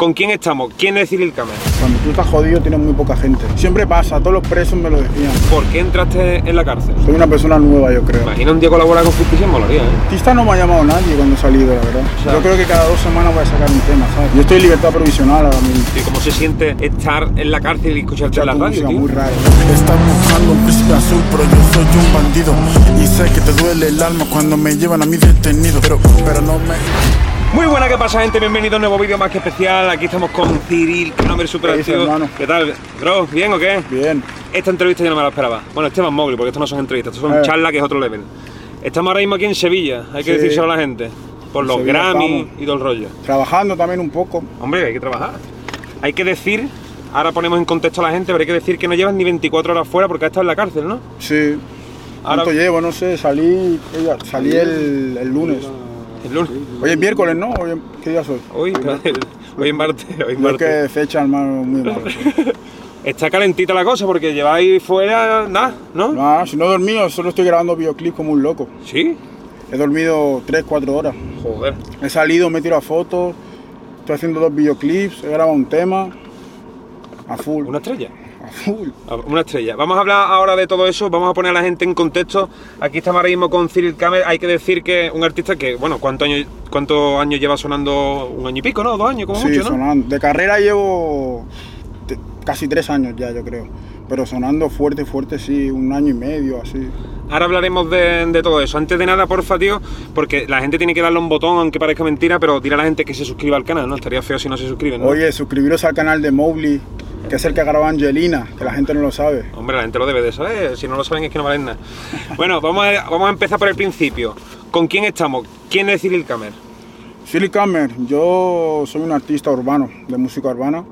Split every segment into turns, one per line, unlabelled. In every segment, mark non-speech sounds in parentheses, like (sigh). ¿Con quién estamos? ¿Quién es Cyril Camel?
Cuando tú estás jodido tienes muy poca gente. Siempre pasa, todos los presos me lo decían.
¿Por qué entraste en la cárcel?
Soy una persona nueva, yo creo.
Imagina un día colaborar con Justicia, molaría, ¿eh?
Artista no me ha llamado nadie cuando he salido, la verdad.
Claro.
Yo creo que cada dos semanas voy a sacar un tema, ¿sabes? Yo estoy en libertad provisional ahora mismo.
¿Y cómo se siente estar en la cárcel y escucharte en la
Escucha tu
radio,
música
tío?
muy raro.
Están buscando un príncipe azul, pero yo soy un bandido. Y sé que te duele el alma cuando me llevan a mí detenido. Pero, pero no me.
Muy buena, ¿qué pasa, gente? Bienvenido a un nuevo vídeo más que especial. Aquí estamos con Cyril Camel, super
dices,
activo.
hermano?
¿Qué tal? Bro, ¿bien o qué?
Bien.
Esta entrevista yo no me la esperaba. Bueno, este Esteban Mowgli, porque esto no son entrevistas, esto son
Eh.
charlas que es otro level. Estamos ahora mismo aquí en Sevilla, hay que
Sí.
decírselo a la gente. Por los
Sevilla
Grammy
estamos.
y todo el rollo.
Trabajando también un poco.
Hombre, hay que trabajar. Hay que decir, ahora ponemos en contexto a la gente, pero hay que decir que no llevas ni 24 horas fuera porque has estado en la cárcel, ¿no?
Sí.
Ahora-
¿Cuánto llevo? No sé. Salí, ¿qué día? salí el, el lunes.
El lunes.
Hoy es miércoles, ¿no? Hoy es- ¿Qué día soy?
Hoy, hoy es martes, hoy es
Yo es
martes.
que fecha, hermano, muy mal.
(laughs) Está calentita la cosa porque lleváis fuera nada, ¿no?
No, Ah, si no he dormido, solo estoy grabando videoclip como un loco.
Sí.
He dormido 3-4 horas.
Joder.
He salido, me he tirado fotos, estoy haciendo dos videoclips, he grabado un tema. A full,
Una estrella.
a full.
Una estrella. Vamos a hablar ahora de todo eso, vamos a poner a la gente en contexto. Aquí estamos ahora mismo con Cyril Kamel. Hay que decir que un artista que, bueno, ¿cuántos años cuántos años lleva sonando? Un año y pico, ¿no? Dos años, como
sí,
mucho, ¿no?
sonando. De carrera llevo te- casi tres años ya, yo creo. Pero sonando fuerte, fuerte, sí, un año y medio, así.
Ahora hablaremos de, de todo eso. Antes de nada, porfa, tío, porque la gente tiene que darle un botón, aunque parezca mentira, pero dile a la gente que se suscriba al canal, ¿no? Estaría feo si no se suscriben, ¿no?
Oye, suscribiros al canal de Mowgli, que es el que grabó Angelina, que la gente no lo sabe.
Hombre, la gente lo debe de saber. Si no lo saben es que no valen nada. Bueno, vamos a, vamos a empezar por el principio. ¿Con quién estamos? ¿Quién es Cyril Kamer?
Philip Kammer, yo soy un artista urbano, de música urbana,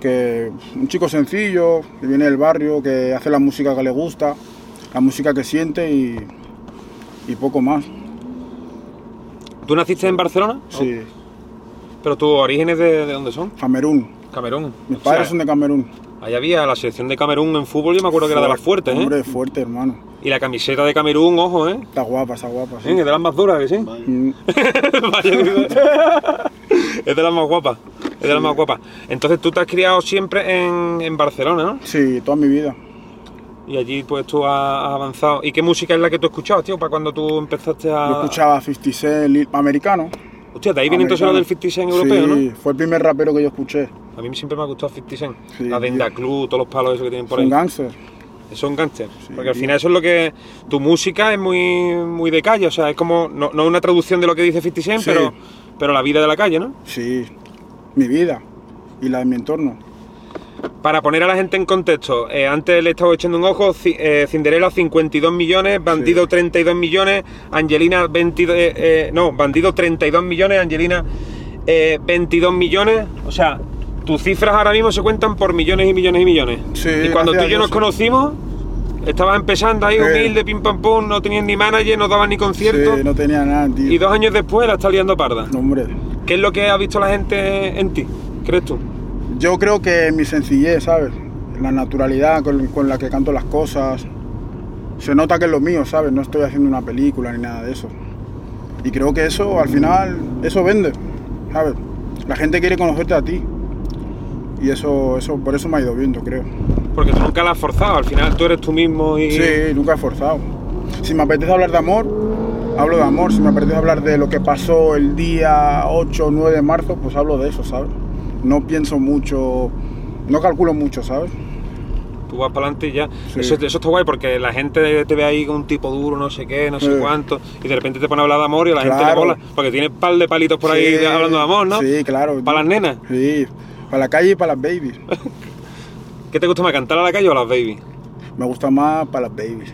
que un chico sencillo, que viene del barrio, que hace la música que le gusta, la música que siente y, y poco más.
¿Tú naciste en Barcelona?
Sí,
¿Pero tus orígenes de, de dónde son?
Camerún.
Camerún.
Mis
O sea,
padres son de Camerún.
Ahí había la selección de Camerún en fútbol, yo me acuerdo que era de las fuertes, ¿eh?
Hombre, fuerte, hermano.
Y la camiseta de Camerún, ojo, ¿eh?
Está guapa, está guapa.
Sí,
Sí.
es de las más duras, que sí.
Mm,
(laughs)
(laughs)
Vaya duda. es de las más guapas. Es de las más guapas. Entonces tú te has criado siempre en, en Barcelona, ¿no?
Sí, toda mi vida.
Y allí pues tú has has avanzado. ¿Y qué música es la que tú escuchabas, tío? Para cuando tú empezaste a.
Yo escuchaba 50 Cent, Lil- americano.
Hostia, de ahí viene entonces lo del 50 Cent europeo,
sí, fue el primer rapero que yo escuché.
¿no? A mí siempre me ha gustado 50 Cent.
Sí,
la Denda
tío.
Club, todos los palos esos que tienen por
Fue un
ahí.
gángster.
Son gangsters. Porque al
tío.
final eso es lo que. Tu música es muy, muy de calle, o sea, es como. No, no una traducción de lo que dice 50 Cent,
Sí.
pero, pero la vida de la calle, ¿no?
Sí, mi vida y la de mi entorno.
Para poner a la gente en contexto, eh, antes le estaba echando un ojo, ci- eh, Cinderella 52 millones, Bandido 32 millones, Angelina 22, eh, eh, no, Bandido 32 millones, Angelina eh, 22 millones, o sea, tus cifras ahora mismo se cuentan por millones y millones y millones.
Sí,
y cuando tú
gracias
y
a
yo nos
Dios.
conocimos, estabas empezando ahí
Sí.
humilde, pim pam pum, no tenías ni manager, no dabas ni concierto,
Sí, no tenía nada, tío.
y dos años después la estás liando parda.
No, hombre.
¿Qué es lo que ha visto la gente en ti, crees tú?
Yo creo que mi sencillez, ¿sabes? La naturalidad con, con la que canto las cosas. Se nota que es lo mío, ¿sabes? No estoy haciendo una película ni nada de eso. Y creo que eso, al final, eso vende, ¿sabes? La gente quiere conocerte a ti. Y eso, eso por eso me ha ido viendo, creo.
Porque tú nunca la has forzado, al final tú eres tú mismo y...
Sí, nunca he forzado. Si me apetece hablar de amor, hablo de amor. Si me apetece hablar de lo que pasó el día 8 o 9 de marzo, pues hablo de eso, ¿sabes? No pienso mucho, no calculo mucho, ¿sabes?
Tú vas para adelante y ya.
Sí.
Eso, eso está guay porque la gente te ve ahí con un tipo duro, no sé qué, no sé
Sí.
cuánto, y de repente te pone a hablar de amor y a la gente le
Claro.
mola. Porque tienes par de palitos por ahí
Sí,
de- hablando de amor, ¿no?
Sí, claro.
Para las nenas.
Sí, para la calle y para las babies.
¿Qué te gusta más, cantar a la calle o a las baby?
Me gusta más para
(laughs)
las babies.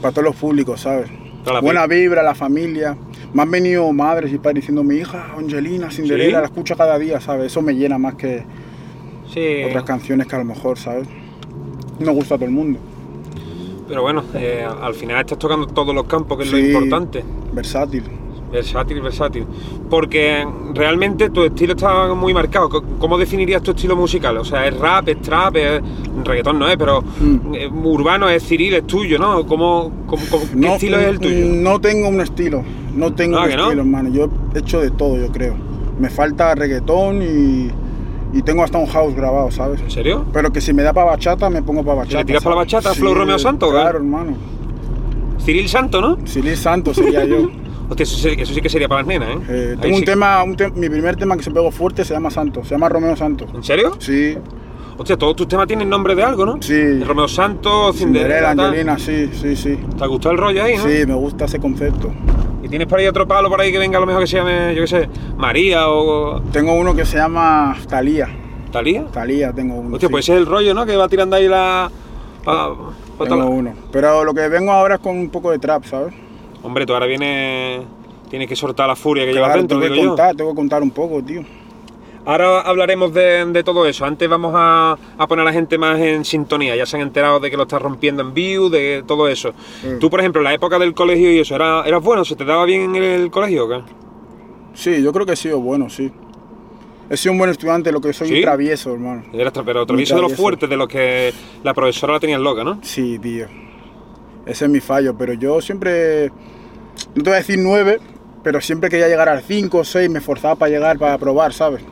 para todos los públicos, ¿sabes?
Para las
Buena vibra, la familia. Me han venido madres y padres diciendo, mi hija, Angelina, Cinderella,
Sí.
la escucho cada día, ¿sabes? Eso me llena más que,
Sí.
otras canciones que a lo mejor, ¿sabes? No gusta a todo el mundo.
Pero bueno, eh, al final estás tocando todos los campos, que es Pues lo
Sí,
importante.
Versátil.
Versátil, versátil. Porque realmente tu estilo está muy marcado. Co- ¿Cómo definirías tu estilo musical? O sea, es rap, es trap, es reggaetón, no es, pero
Mm.
eh, urbano es Cyril, es tuyo, ¿no? ¿Cómo, cómo- cómo- qué
No- mm.
estilo es el tuyo?
No tengo un estilo. No tengo
Ah,
un
¿que no?
estilo, hermano. Yo he hecho de todo, yo creo. Me falta reggaetón y, y tengo hasta un house grabado, ¿sabes?
¿En serio?
Pero que si me da para bachata, me pongo para bachata.
¿Le tiras para la
¿sabes?
bachata, Flow Romeo Santo, o qué?
Claro, hermano.
Ciril Santo, ¿no?
Silly Santos
(laughs)
sería yo.
Hostia, eso, sí- eso sí que sería para las nenas, ¿eh?
Eh,
Ahí
tengo un
sí-
tema, un te- mi primer tema que se pegó fuerte se llama Santos, se llama Romeo Santos.
¿En serio?
Sí,
Hostia, todos tus temas tienen nombre de algo, ¿no?
Sí.
El Romeo Santo,
Cinderella,
Cinderella, tal.
Angelina, sí, sí, sí.
¿Te ha gustado el rollo ahí, no?
Sí, me gusta ese concepto.
¿Y tienes por ahí otro palo por ahí que venga a lo mejor que se llame, yo qué sé, María o
Tengo uno que se llama Talía.
Talía?
Talía tengo uno.
Hostia,
sí.
pues ese es el rollo, ¿no? Que va tirando ahí la... pa- pa-
Tengo
tal-
uno. Pero lo que vengo ahora es con un poco de trap, ¿sabes?
Hombre, tú ahora vienes... Tienes que soltar la furia que llevas
Claro,
dentro,
tengo que
digo yo.
contar, tengo que contar un poco, tío.
Ahora hablaremos de, de todo eso. Antes vamos a, a poner a la gente más en sintonía. Ya se han enterado de que lo estás rompiendo en view, de todo eso. Tú, por ejemplo, en la época del colegio y eso, ¿era, ¿eras bueno? ¿Se te daba bien en el colegio o qué?
Sí, yo creo que he sido bueno, sí. He sido un buen estudiante, lo que soy
¿Sí?
un travieso, hermano.
Eras tra- pero
Muy
travieso de los
travieso.
fuertes, de los que la profesora la tenía loca, ¿no?
Sí, tío. Ese es mi fallo, pero yo siempre, no te voy a decir nueve, pero siempre quería llegar al 5 o 6, me esforzaba para llegar, para probar, ¿sabes?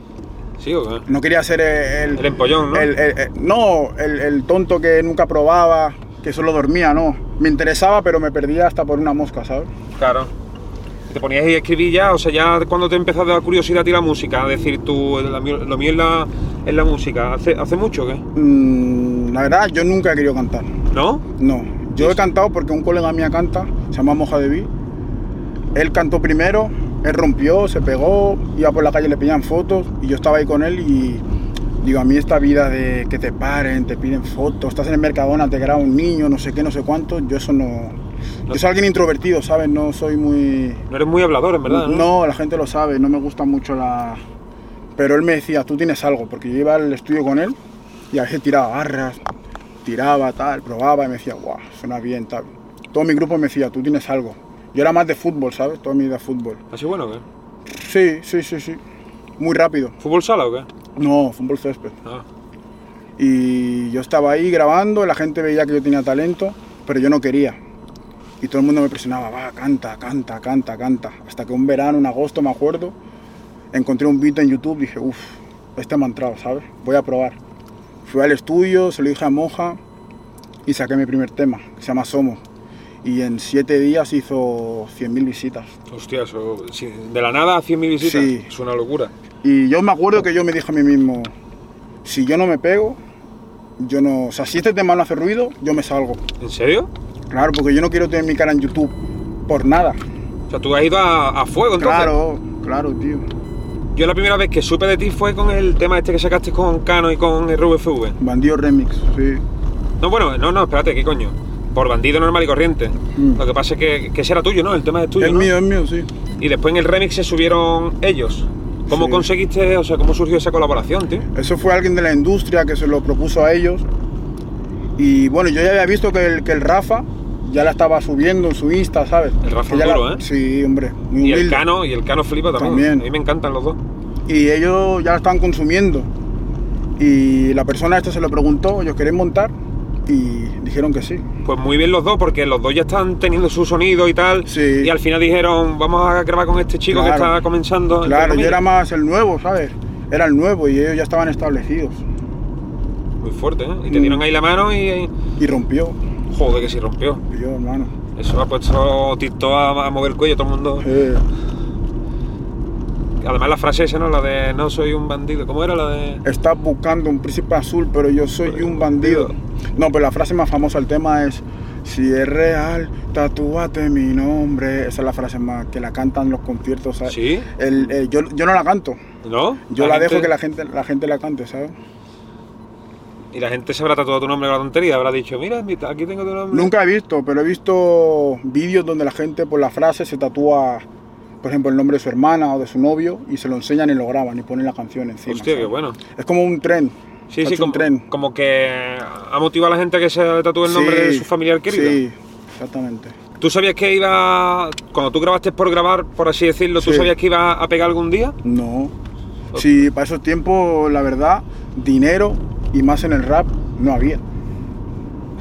Sí, o qué?
No quería ser el...
El empollón, ¿no?
El, el- el- no, el, el tonto que nunca probaba, que solo dormía, no. Me interesaba, pero me perdía hasta por una mosca, ¿sabes?
Claro. ¿Y ¿Te ponías ahí a escribir ya? O sea, ya cuando te empezó a dar curiosidad a ti la música, a decir tú, la mía- lo mío es la, es la música, ¿hace, hace mucho o qué?
Mm, la verdad, yo nunca he querido cantar.
¿No?
No, yo he cantado porque un colega mía canta, se llama Moja de Vi. Él cantó primero, él rompió, se pegó, iba por la calle, le pedían fotos y yo estaba ahí con él y digo, a mí esta vida de que te paren, te piden fotos, estás en el Mercadona, te graba un niño, no sé qué, no sé cuánto, yo eso no... Yo soy alguien introvertido, ¿sabes? No soy muy...
No eres muy hablador, en verdad.
No, la gente lo sabe, no me gusta mucho la... Pero él me decía, tú tienes algo, porque yo iba al estudio con él y a veces tiraba barras, tiraba, tal, probaba y me decía, guau, suena bien, tal. Todo mi grupo me decía, tú tienes algo. Yo era más de fútbol, ¿sabes? Toda mi vida fútbol.
¿Así bueno o qué?
Sí, sí, sí, sí. Muy rápido.
¿Fútbol sala o qué?
No, fútbol césped.
Ah.
Y yo estaba ahí grabando, la gente veía que yo tenía talento, pero yo no quería. Y todo el mundo me presionaba, va, canta, canta, canta, canta. Hasta que un verano, en agosto, me acuerdo, encontré un beat en YouTube y dije, uff, este me ha entrado, ¿sabes? Voy a probar. Fui al estudio, se lo dije a Moja y saqué mi primer tema, que se llama Somos. Y en siete días hizo 100.000 visitas.
Hostia, eso, sí, de la nada a 100.000 visitas.
Sí.
Es una locura.
Y yo me acuerdo que yo me dije a mí mismo, si yo no me pego, yo no, o sea, si este tema no hace ruido, yo me salgo.
¿En serio?
Claro, porque yo no quiero tener mi cara en YouTube por nada.
O sea, tú has ido a, a fuego entonces.
Claro, claro, tío.
Yo la primera vez que supe de ti fue con el tema este que sacaste con Cano y con RVFV.
Bandido Remix, sí.
No, bueno, no, no, espérate, ¿qué coño? Por bandido normal y corriente.
Mm.
Lo que pasa es que, que ese era tuyo, ¿no? El tema es tuyo.
es
¿no?
mío, es mío, sí.
Y después en el remix se subieron ellos. ¿Cómo
Sí.
conseguiste, o sea, cómo surgió esa colaboración, tío?
Eso fue alguien de la industria que se lo propuso a ellos. Y bueno, yo ya había visto que el, que el Rafa ya la estaba subiendo en su Insta, ¿sabes?
El Rafa
Que ya
es
la-
duro, ¿eh?
Sí, hombre, muy
Y el
humilde.
Cano, y el Cano flipa también.
También.
A mí me encantan los dos.
y ellos ya la estaban consumiendo. Y la persona esta se lo preguntó, ellos queréis montar y dijeron que sí.
Pues muy bien los dos, porque los dos ya están teniendo su sonido y tal.
Sí.
Y al final dijeron, vamos a grabar con este chico que
Claro.
está comenzando. entre
Claro, yo
comillas".
era más el nuevo, ¿sabes? Era el nuevo y ellos ya estaban establecidos.
Muy fuerte, ¿eh? Y te
Mm.
dieron ahí la mano y...
Y rompió,
Joder, que se rompió.
yo hermano.
Eso ha puesto TikTok a, a mover el cuello todo el mundo.
Eh,
Además la frase esa, ¿no? La de no soy un bandido. ¿Cómo era la de...?
estás buscando un príncipe azul, pero yo soy un bandido. No, pero la frase más famosa del tema es, si es real, tatúate mi nombre. Esa es la frase más que la cantan en los conciertos, ¿sabes?
¿Sí?
El- eh, yo, yo no la canto,
¿No?
yo la, dejo
gente-
que la gente, la gente la cante, ¿sabes?
Y la gente se habrá tatuado tu nombre con la tontería. Habrá dicho, mira, mi- aquí tengo tu nombre.
Nunca he visto, pero he visto vídeos donde la gente por la frase se tatúa, por ejemplo, el nombre de su hermana o de su novio y se lo enseñan y lo graban y ponen la canción encima.
Hostia, qué
¿sabes?
bueno.
Es como un tren.
Sí,
ha
sí,
hecho
como,
un tren.
como que ha motivado a la gente a que se tatúe el nombre
Sí,
de su familiar querido.
Sí, exactamente.
¿Tú sabías que iba, cuando tú grabaste por grabar, por así decirlo, tú
Sí.
sabías que iba a pegar algún día?
No. Sí, para esos tiempos, la verdad, dinero y más en el rap no había.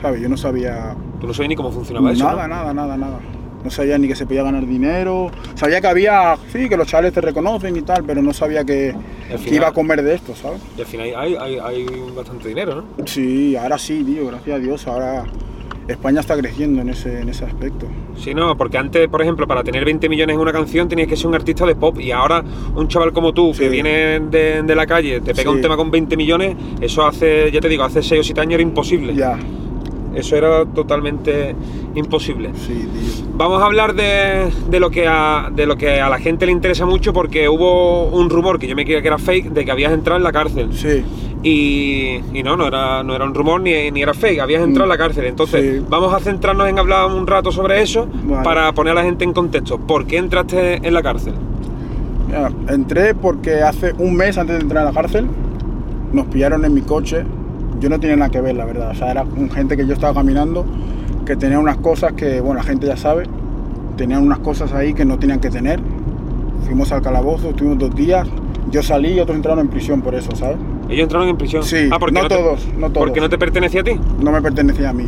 ¿Sabes? Yo no sabía
Tú no sabías ni cómo funcionaba
nada,
eso. ¿no?
nada, nada, nada. No sabía ni que se podía ganar dinero. Sabía que había, sí, que los chavales te reconocen y tal, pero no sabía que,
Al
que iba a
final.
comer de esto, ¿sabes?
Y al final hay, hay, hay bastante dinero, ¿no?
Sí, ahora sí, tío, gracias a Dios. Ahora España está creciendo en ese, en ese aspecto.
Sí, no, porque antes, por ejemplo, para tener 20 millones en una canción tenías que ser un artista de pop y ahora un chaval como tú, que
Sí.
viene de, de la calle, te pega
Sí.
un tema con 20 millones, eso hace, ya te digo, hace 6 o 7 años era imposible.
Ya,
Eso era totalmente imposible.
sí, tío.
Vamos a hablar de, de lo que a, de lo que a la gente le interesa mucho porque hubo un rumor que yo me creía que era fake de que habías entrado en la cárcel.
Sí,
Y, y no, no era, no era un rumor ni, ni era fake, habías entrado en la cárcel. Entonces,
Sí.
vamos a centrarnos en hablar un rato sobre eso
Vale.
para poner a la gente en contexto. ¿Por qué entraste en la cárcel?
ya, entré porque hace un mes antes de entrar a la cárcel nos pillaron en mi coche. Yo no tenía nada que ver, la verdad. O sea, era un gente que yo estaba caminando que tenía unas cosas que, bueno, la gente ya sabe, tenían unas cosas ahí que no tenían que tener. Fuimos al calabozo, estuvimos dos días. Yo salí y otros entraron en prisión por eso, ¿sabes?
Ellos entraron en prisión. Ah,
Sí,
porque
no
te-
todos, no todos.
Porque no te pertenecía a ti.
no me pertenecía a mí.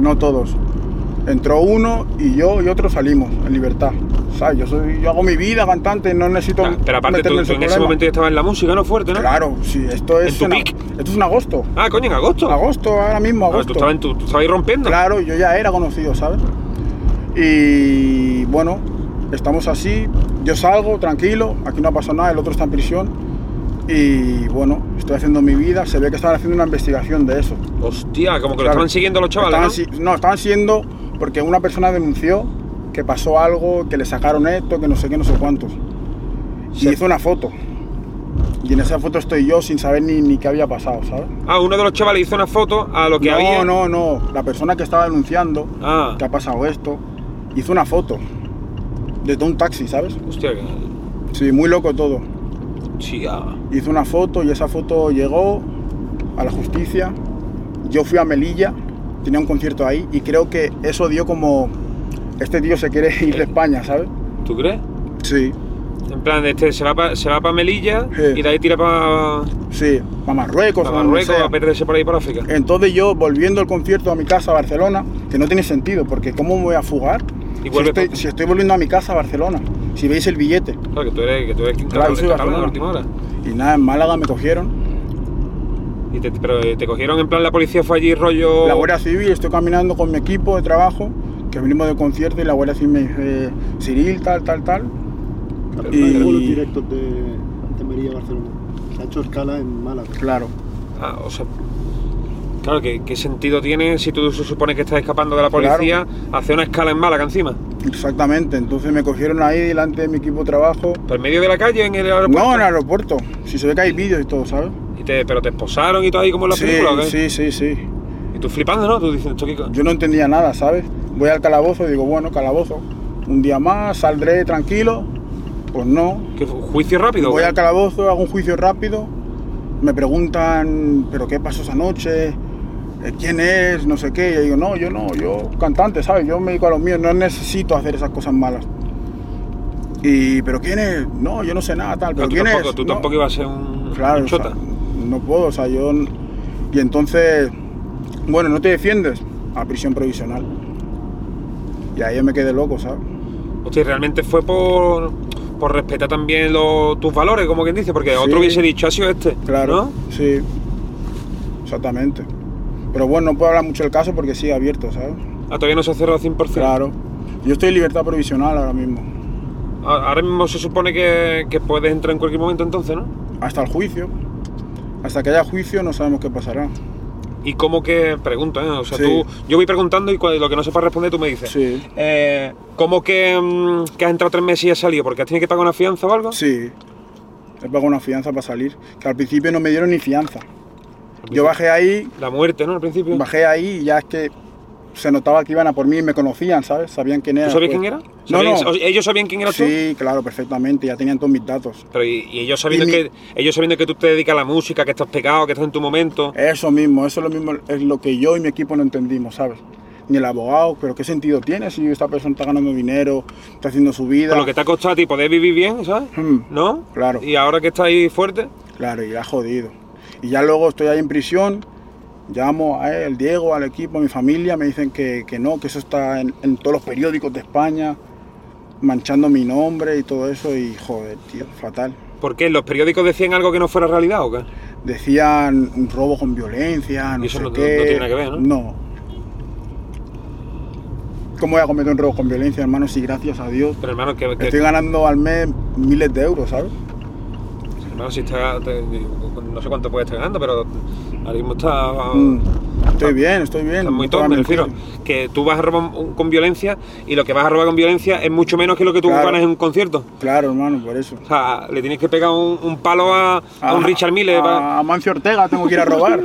No todos. Entró uno y yo y otro salimos en libertad. ¿Sabes? Yo, soy, yo hago mi vida cantante, no necesito.
Ah, Pero aparte, tú,
meterme
tú en ese
problema.
momento ya estabas en la música, ¿no? Fuerte, ¿no?
Claro, sí, esto es.
tu
en ag-
pic.
esto es en agosto.
Ah, coño, en agosto.
Agosto, ahora mismo,
Ah, tú,
agosto.
estabas en tu- tú estabas ahí rompiendo.
Claro, yo ya era conocido, ¿sabes? Y bueno, estamos así. Yo salgo tranquilo, aquí no ha pasado nada, el otro está en prisión. Y bueno, estoy haciendo mi vida. Se ve que estaban haciendo una investigación de eso.
Hostia, como que lo
Claro.
estaban siguiendo los chavales.
Estaban
¿no?
si- ¿no? estaban siguiendo porque una persona denunció que pasó algo, que le sacaron esto, que no sé qué, no sé cuántos. Y
Se-
hizo una foto. Y en esa foto estoy yo sin saber ni, ni qué había pasado, ¿sabes?
Ah, uno de los chavales hizo una foto a lo que
no,
había.
no, no. La persona que estaba denunciando
Ah,
que ha pasado esto, hizo una foto. Desde un taxi, ¿sabes?
hostia, que- ah.
Sí, muy loco todo.
hostia.
Hizo una foto y esa foto llegó a la justicia. Yo fui a Melilla, tenía un concierto ahí y creo que eso dio como... Este tío se quiere (laughs) ir de España, ¿sabes?
¿Tú crees?
Sí.
En plan, este se va para se va pa Melilla
Sí.
y de ahí tira para
Sí, a Marruecos, a donde
Marruecos
sea.
a perderse por ahí por África.
Entonces yo volviendo al concierto a mi casa a Barcelona, que no tiene sentido, porque ¿cómo me voy a fugar
Y
si
vuelve
estoy,
por-
si estoy volviendo a mi casa a Barcelona? Si veis el billete.
Claro, que tú eres, que tú eres
Claro,
catalán-
soy
catalán de
Barcelona.
última hora.
Y nada, en Málaga me cogieron.
Y te, pero eh, te cogieron en plan la policía fue allí rollo.
La Guardia Civil, estoy caminando con mi equipo de trabajo, que venimos de concierto y la Guardia Civil me dice, Ciril, tal, tal, tal.
Pero
Y-
no hay vuelos directos de, de Merida a Barcelona. Se ha hecho escala en Málaga.
Claro,
Ah, o sea. Claro, ¿qué, ¿qué sentido tiene si tú se supone que estás escapando de la policía, hacer una escala en Málaga encima?
exactamente. Entonces me cogieron ahí delante de mi equipo de trabajo.
¿Por el medio de la calle, en el aeropuerto?
No, en el aeropuerto. Si se ve que hay vídeos y todo, ¿sabes?
Y te, pero te esposaron y todo ahí como en la
sí,
película, ¿o qué?
sí, sí, sí.
Y tú flipando, ¿no? Tú diciendo, esto qué co-
Yo no entendía nada, ¿sabes? Voy al calabozo y digo, bueno, calabozo, un día más, saldré tranquilo. Pues no,
¿Qué fue? juicio rápido?
Voy
güey?
al calabozo, hago un juicio rápido, me preguntan, ¿pero qué pasó esa noche? Eh, ¿Quién es? No sé qué. Yo digo, no, yo no, yo cantante, ¿sabes? Yo me dedico a lo mío, no necesito hacer esas cosas malas. Y, ¿pero quién es? No, yo no sé nada, tal.
Pero
¿Pero
tú
quién
tampoco,
es?
tú
No.
tampoco ibas a ser un,
Claro,
un
o sea,
chota.
no puedo, o sea, yo... Y entonces, bueno, no te defiendes, a prisión provisional. Y ahí yo me quedé loco, ¿sabes?
Hostia, realmente fue por, por respetar también lo- tus valores, como quien dice, porque
Sí.
otro hubiese dicho, ha sido este.
Claro,
¿no?
sí, exactamente. Pero bueno, no puedo hablar mucho del caso porque sigue abierto, ¿sabes?
Ah, todavía no se ha cerrado 100%.
Claro. Yo estoy en libertad provisional ahora mismo,
A- Ahora mismo se supone que, que puedes entrar en cualquier momento entonces, ¿no?
hasta el juicio. Hasta que haya juicio no sabemos qué pasará.
Y como que pregunto, ¿eh? O sea,
Sí.
tú, yo voy preguntando y cua- lo que no sepa responder tú me dices.
Sí.
Eh, ¿Cómo que, mm, que has entrado tres meses y has salido? ¿Porque has tenido que pagar una fianza o algo?
Sí. He pagado una fianza para salir, que al principio no me dieron ni fianza. Yo bajé ahí,
La muerte, ¿no? Al principio.
bajé ahí y ya es que se notaba que iban a por mí y me conocían, ¿sabes? Sabían quién era.
¿Tú Ah, sabías
pues.
quién era?
No,
¿Sabían-
no.
o- ¿Ellos sabían quién eras tú?
Sí, claro, perfectamente, ya tenían todos mis datos.
Pero y, y ellos sabiendo
Y mi-
que ellos sabiendo que tú te dedicas a la música, que estás pegado, que estás en tu momento.
Eso mismo, eso es lo mismo, es lo que yo y mi equipo no entendimos, ¿sabes? Ni el abogado, pero ¿qué sentido tiene si esta persona está ganando dinero, está haciendo su vida?
Por lo que te ha costado a ti poder vivir bien, ¿sabes?
Hmm,
¿No?
Claro.
Y ahora que estás ahí fuerte,
Claro, y ya jodido. Y ya luego estoy ahí en prisión, Llamo a él, Diego, al equipo, a mi familia, me dicen que, que no, que eso está en, en todos los periódicos de España, manchando mi nombre y todo eso, y joder, tío, fatal.
¿Por qué? ¿Los periódicos decían algo que no fuera realidad o qué?
Decían un robo con violencia, no
Y eso
sé
no- no
qué.
tiene nada que ver, ¿no?
¿Cómo voy a cometer un robo con violencia, hermano? Si gracias a Dios
Pero hermano, que, que-
estoy ganando al mes miles de euros, ¿sabes?
hermano, si está, te- no sé cuánto puede estar ganando, pero ahora mismo está,
Mm, Estoy bien, estoy bien.
está muy
no te
top,
voy a
me
mentir.
refiero. Que tú vas a robar un- con violencia y lo que vas a robar con violencia es mucho menos que lo que tú
Claro.
ganas en un concierto.
Claro, hermano, por eso.
O sea, le tienes que pegar un, un palo a, a un Richard Mille.
A, a Mancio Ortega tengo que ir
(laughs)
a robar.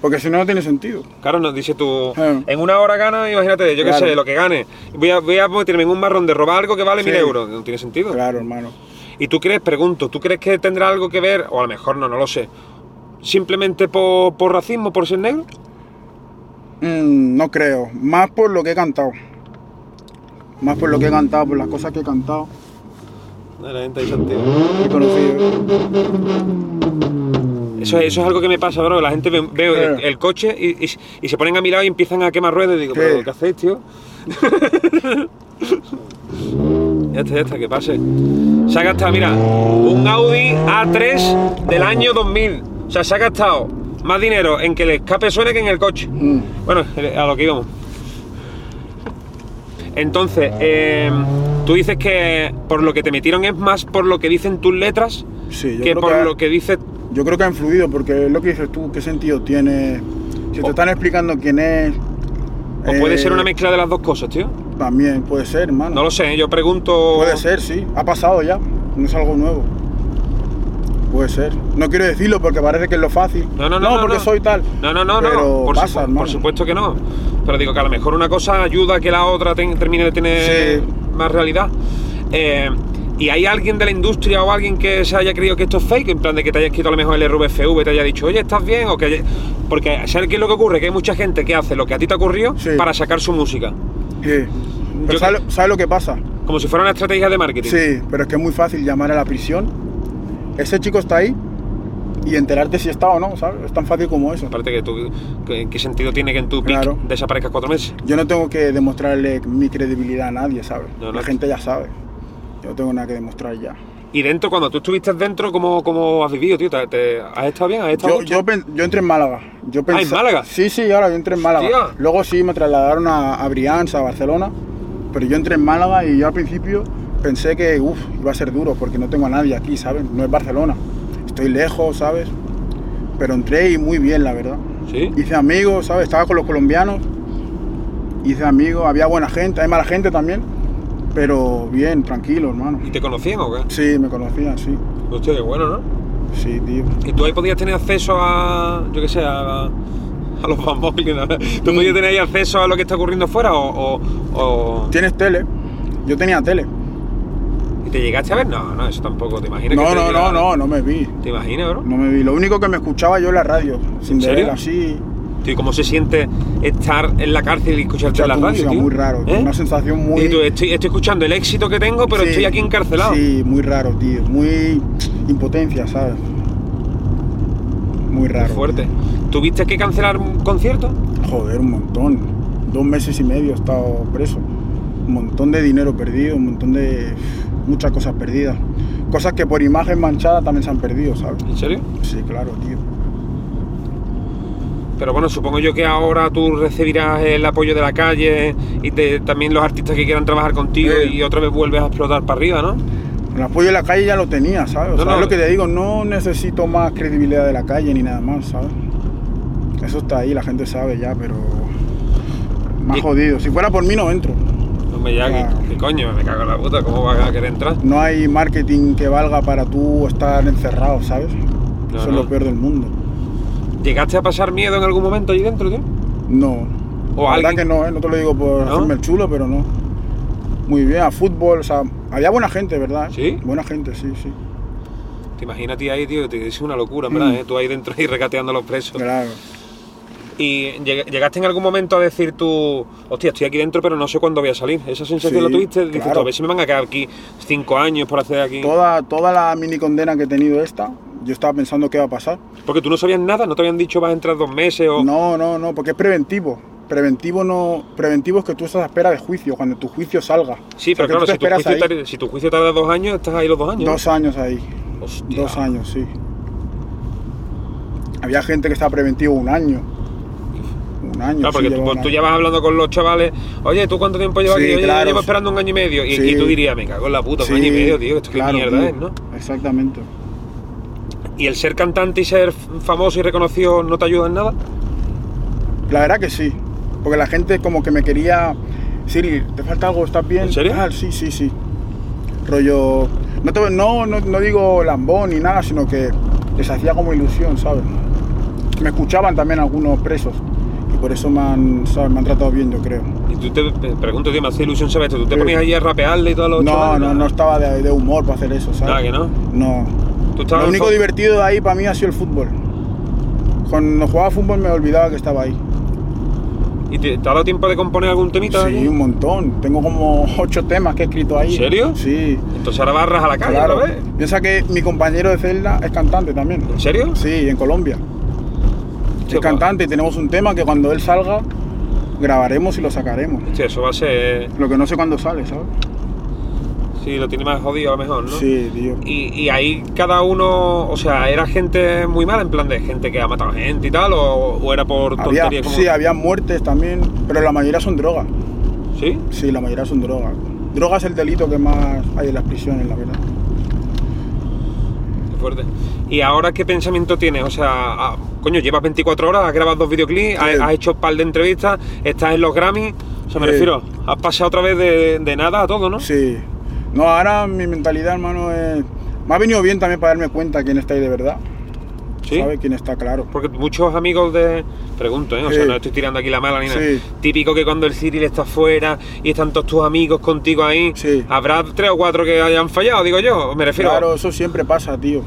porque si no, no tiene sentido.
Claro, nos dice tú,
Eh.
en una hora gana, imagínate, yo
Claro.
qué sé, lo que gane. Voy a, voy a meterme en un marrón de robar algo que vale
Sí.
mil euros. No tiene sentido.
Claro, hermano.
Y tú crees, pregunto, ¿tú crees que tendrá algo que ver, o a lo mejor no, no lo sé, simplemente por, por racismo, por ser negro?
Mm, no creo. Más por lo que he cantado. Más por lo que he cantado, por las cosas que he cantado.
No, la gente ahí se entera.
He conocido.
Eso, eso es algo que me pasa, bro. La gente ve, veo el,
Sí.
el coche y, y- y se ponen a mi lado y empiezan a quemar ruedas. Y digo,
Sí.
¿pero qué hacéis, tío? (laughs) ya está, ya está, que pase. Se ha gastado, mira, un Audi A3 del año 2000. O sea, se ha gastado más dinero en que el escape suene que en el coche.
Mm.
Bueno, eh, a lo que íbamos. Entonces, eh, tú dices que por lo que te metieron es más por lo que dicen tus letras
Sí, yo
que
creo
por
que-
lo que dices
Yo creo que ha influido porque es lo que dices tú, ¿qué sentido tiene? Si te están explicando quién es.
O
eh,
puede ser una mezcla de las dos cosas, tío.
También puede ser, hermano.
No lo sé, ¿eh? yo pregunto.
Puede ser, sí. Ha pasado ya. No es algo nuevo. Puede ser. No quiero decirlo porque parece que es lo fácil.
No, no, no. No,
porque
no.
soy tal.
No, no, no,
Pero
no. Por,
pasa,
supu-
hermano.
por supuesto que no. Pero digo que a lo mejor una cosa ayuda a que la otra ten- termine de tener
Sí.
más realidad. Eh, ¿Y hay alguien de la industria o alguien que se haya creído que esto es fake? En plan de que te haya escrito a lo mejor el RVFV, te haya dicho, oye, ¿estás bien? O que haya- Porque, ¿sabes qué es lo que ocurre? Que hay mucha gente que hace lo que a ti te ocurrió
Sí.
para sacar su música.
Sí. Pero
Yo-
¿sabes, lo- sabes lo que pasa?
Como si fuera una estrategia de marketing.
Sí, pero es que es muy fácil llamar a la prisión. Ese chico está ahí y enterarte si está o no, ¿sabes? Es tan fácil como eso.
Aparte que tú, que- ¿qué sentido tiene que en tu pic
Claro.
desaparezcas cuatro meses?
Yo no tengo que demostrarle mi credibilidad a nadie, ¿sabes?
No, no.
La gente ya sabe. Yo no tengo nada que demostrar ya.
Y dentro, cuando tú estuviste dentro, ¿cómo, cómo has vivido, tío? ¿Te, te- has estado bien? ¿Has estado
Yo,
mucho?
yo, pen- yo entré en Málaga. Yo
Ah, ¿en
pensa-
Málaga?
Sí, sí, ahora yo entré en Málaga.
Hostia.
Luego sí me trasladaron a, a Brianza, a Barcelona. Pero yo entré en Málaga y yo al principio pensé que uf, iba a ser duro porque no tengo a nadie aquí, ¿sabes? No es Barcelona. Estoy lejos, ¿sabes? Pero entré y muy bien, la verdad.
¿Sí?
Hice amigos, ¿sabes? Estaba con los colombianos. Hice amigos, había buena gente, hay mala gente también. Pero bien, tranquilo, hermano.
¿Y te conocían o qué?
Sí, me conocían, sí.
Hostia, qué bueno, ¿no?
Sí, tío.
Y tú ahí podías tener acceso a, yo qué sé, a, a los bambóclinos. ¿Tú
Mm.
podías tener ahí acceso a lo que está ocurriendo afuera o, o, o-
¿Tienes tele? Yo tenía tele.
¿Y te llegaste a ver? No, no, eso tampoco, ¿te imaginas? que
No,
te
no,
llegara?
no, no, no me vi.
¿Te imaginas, bro?
No me vi. Lo único que me escuchaba yo en la radio. Cinderella,
serio?
sí.
Tío, ¿cómo se siente estar en la cárcel y escucharte
Escuchar
en la
tu
radio,
música,
tío?
muy raro.
¿Eh?
Una sensación muy.
Y tú, estoy, estoy escuchando el éxito que tengo, pero
Sí,
estoy aquí encarcelado.
Sí, muy raro, tío. Muy impotencia, ¿sabes? Muy raro.
Fuerte. ¿Tuviste que cancelar un concierto?
tío. Joder, un montón. Dos meses y medio he estado preso. Un montón de dinero perdido, un montón de. muchas cosas perdidas. Cosas que por imagen manchada también se han perdido, ¿sabes?
¿En serio?
Sí, claro, tío.
Pero bueno, supongo yo que ahora tú recibirás el apoyo de la calle y te- también los artistas que quieran trabajar contigo
Sí.
y otra vez vuelves a explotar para arriba, ¿no?
El apoyo de la calle ya lo tenía, ¿sabes? O
No,
sea,
no.
es lo que te digo, no necesito más credibilidad de la calle ni nada más, ¿sabes? Eso está ahí, la gente sabe ya, pero. Más
Y-
jodido. Si fuera por mí, no entro.
No me llagues,
Claro.
¿qué coño? Me cago en la puta, ¿cómo vas a querer entrar?
No hay marketing que valga para tú estar encerrado, ¿sabes?
No,
Eso
no.
es lo peor del mundo.
¿Llegaste a pasar miedo en algún momento ahí dentro, tío?
No.
O
la verdad
alguien-
que no, ¿eh? No te lo digo por
¿No?
hacerme el chulo, pero no. Muy bien, a fútbol, o sea, había buena gente, ¿verdad?
¿Sí?
Buena gente, sí, sí.
Te imaginas a ti ahí, tío, te es una locura, en ¿verdad?
Mm.
eh? Tú ahí dentro y regateando a los presos.
Claro.
¿Y lleg- llegaste en algún momento a decir tú, hostia, estoy aquí dentro pero no sé cuándo voy a salir? ¿Esa sensación
Sí,
la tuviste? Dices
claro.
tú, a ver si me van a quedar aquí cinco años por hacer aquí...
Toda, toda la mini condena que he tenido esta, yo estaba pensando qué va a pasar.
Porque tú no sabías nada, no te habían dicho vas a entrar dos meses o...
No, no, no, porque es preventivo. Preventivo no, preventivo es que tú estás a espera de juicio, cuando tu juicio salga.
Sí,
O sea,
pero claro,
que
si
tú
tu,
te esperas
juicio
ahí
tarda, si tu juicio tarda dos años, estás ahí los dos años.
dos años ahí.
¿no? Hostia.
Dos años, sí. Había gente que estaba preventivo un año. Un año.
Claro, porque
sí,
tú, pues,
llevaba un
tú
año.
ya vas hablando con los chavales, oye, ¿tú cuánto tiempo llevas
Sí,
aquí? Oye,
claro.
llevo esperando un año y medio. Y,
Sí.
y tú dirías, me cago en la puta,
Sí,
un año y medio, tío, esto
claro,
qué mierda
tío,
es, ¿no?
Exactamente.
¿Y el ser cantante y ser famoso y reconocido no te ayuda en nada?
La verdad que sí. Porque la gente como que me quería. Siri, ¿te falta algo? ¿Estás bien?
¿En serio?
Tal, sí, sí, sí. Rollo. No, te- no, no, no digo lambón ni nada, sino que les hacía como ilusión, ¿sabes? Me escuchaban también algunos presos. Y por eso me han, ¿sabes? me han tratado bien, yo creo.
Y tú te te pregunto, tío, me hace ilusión saber esto. ¿Tú te
Sí.
ponías ahí a rapearle y todo lo
No, no, no estaba de, de humor para hacer eso,
Nada, que
¿sabes?
no.
No.
Tú estabas
Lo único
enfo-
divertido de ahí para mí ha sido el fútbol. Cuando jugaba fútbol me olvidaba que estaba ahí.
¿Y te, te ha dado tiempo de componer algún temita?
Sí,
tío?
un montón. Tengo como ocho temas que he escrito ahí.
¿En serio?
Sí.
Entonces ahora barras a la calle,
Claro.
otra vez.
Piensa que mi compañero de celda es cantante también.
¿En serio?
Sí, en Colombia.
Hostia,
es cantante y tenemos un tema que cuando él salga grabaremos y lo sacaremos.
Hostia, eso va a ser...
Lo que no sé cuándo sale, ¿sabes?
Sí, lo tiene más jodido a lo mejor, ¿no?
Sí, tío.
Y, y ahí cada uno, o sea, era gente muy mala, en plan de gente que ha matado gente y tal, o, o era por
Había,
tontería como...
sí, había muertes también, pero la mayoría son drogas.
¿Sí?
Sí, la mayoría son drogas. Droga es el delito que más hay en las prisiones, la verdad.
Qué fuerte. ¿Y ahora qué pensamiento tienes? O sea, ah, coño, llevas 24 horas, has grabado dos videoclips, has,
Sí.
has hecho un par de entrevistas, estás en los Grammy, o sea, me
Sí.
refiero, has pasado otra vez de, de nada a todo, ¿no?
Sí. No, ahora mi mentalidad, hermano, es... Me ha venido bien también para darme cuenta quién está ahí de verdad.
Sí.
¿Sabes? Quién está claro.
Porque muchos amigos de. Pregunto, ¿eh? O sea,
Sí.
no estoy tirando aquí la mala ni nada.
Sí.
Típico que cuando el Cyril está fuera y están todos tus amigos contigo ahí,
Sí.
habrá tres o cuatro que hayan fallado, digo yo. Me refiero.
Claro, eso siempre pasa, tío.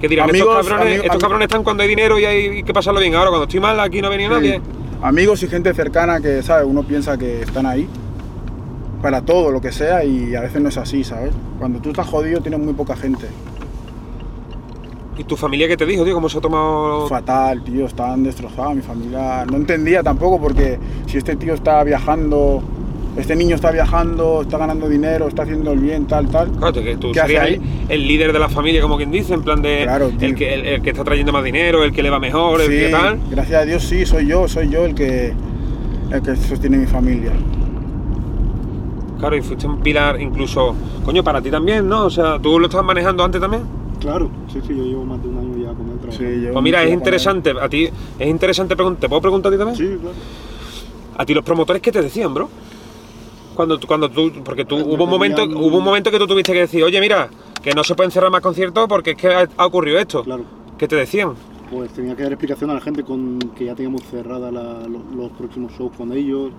que dirán,
amigos,
estos, cabrones,
amigo-
estos
ami-
cabrones están cuando hay dinero y hay que pasarlo bien. Ahora, cuando estoy mal, aquí no ha venido nadie.
Sí. Amigos y gente cercana que, ¿sabes? Uno piensa que están ahí para todo, lo que sea, y a veces no es así, ¿sabes? Cuando tú estás jodido tienes muy poca gente.
¿Y tu familia qué te dijo, tío? ¿Cómo se ha tomado.?
Fatal, tío, estaban destrozados, mi familia. No entendía tampoco porque si este tío está viajando, este niño está viajando, está ganando dinero, está haciendo el bien, tal, tal.
Claro, que tú
¿Qué hace
serías
ahí?
el, el líder de la familia, como quien dice, en plan de.
Claro, tío.
el, que, el, el que está trayendo más dinero, el que le va mejor, el
Sí,
que tal.
Gracias a Dios sí, soy yo, soy yo el que, el que sostiene mi familia.
Claro, y fuiste un pilar incluso. Coño, para ti también, ¿no? O sea, ¿tú lo estás manejando antes también?
Claro, sí, sí, yo llevo más de un año ya con él
Sí,
trabajando.
yo
Pues mira,
mucho
es
con
interesante, a ti es interesante preguntar, ¿te puedo preguntar a ti también?
Sí, claro.
A ti los promotores qué te decían, bro? Cuando tú- cuando tú porque tú
Me
hubo un momento,
tenían-
hubo un momento que tú tuviste que decir, "Oye, mira, que no se pueden cerrar más conciertos porque es que ha, ha ocurrido esto."
Claro.
¿Qué te decían?
Pues tenía que dar explicación a la gente con que ya teníamos cerrada la- lo- los próximos shows con ellos,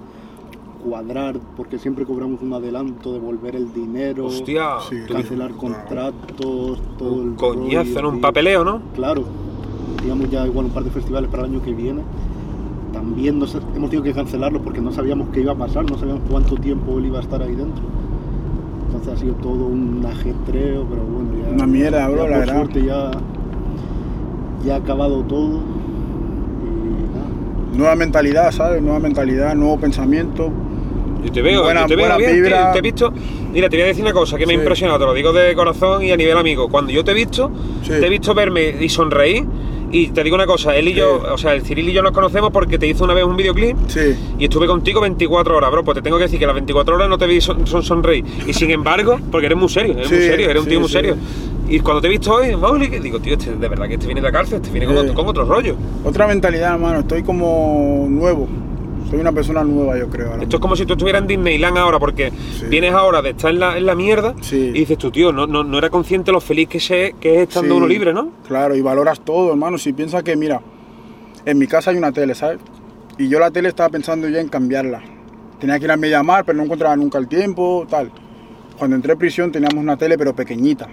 cuadrar, porque siempre cobramos un adelanto, devolver el dinero,
Hostia,
sí,
tú-
cancelar contratos, todo el
un coñazo en
rollo,
un
tío.
papeleo, ¿no?
Claro, digamos ya igual un par de festivales para el año que viene. También nos, hemos tenido que cancelarlo porque no sabíamos qué iba a pasar, no sabíamos cuánto tiempo él iba a estar ahí dentro. Entonces ha sido todo un ajetreo, pero bueno, ya.
Una mierda,
ya
bro,
por
la verdad.
suerte ya, ya ha acabado todo. Y nada.
Nueva mentalidad, ¿sabes? Nueva mentalidad, nuevo pensamiento.
Yo te veo,
Buena-
yo te veo
buena
bien, tío,
vibra.
te he visto. Mira, te voy a decir una cosa que me ha
Sí.
impresionado, te lo digo de corazón y a nivel amigo. Cuando yo te he visto,
Sí.
te he visto verme y sonreír. Y te digo una cosa, él y
Sí.
yo, o sea, el Ciril y yo nos conocemos porque te hizo una vez un videoclip
Sí,
y estuve contigo 24 horas, bro. Pues te tengo que decir que las 24 horas no te vi son, son- sonreír. Y sin embargo, porque eres muy serio, eres
Sí,
muy serio, eres un
sí,
tío muy
sí.
serio. Y cuando te he visto hoy, vamos, y que- digo, tío, este, de verdad que este viene de la cárcel, este viene con,
Sí.
otro, con otro rollo.
otra mentalidad, hermano. Estoy como nuevo. Soy una persona nueva, yo creo. ahora
Esto es como si tú estuvieras en Disneyland ahora, porque
Sí.
vienes ahora de estar en la, en la mierda
Sí.
y dices tú, tío, no, no, no era consciente lo feliz que, se, que es estando
Sí,
uno libre, ¿no?
Claro, y valoras todo, hermano. Si piensas que, mira, en mi casa hay una tele, ¿sabes? Y yo la tele estaba pensando ya en cambiarla. Tenía que ir a media mar, pero no encontraba nunca el tiempo, tal. Cuando entré a prisión teníamos una tele, pero pequeñita.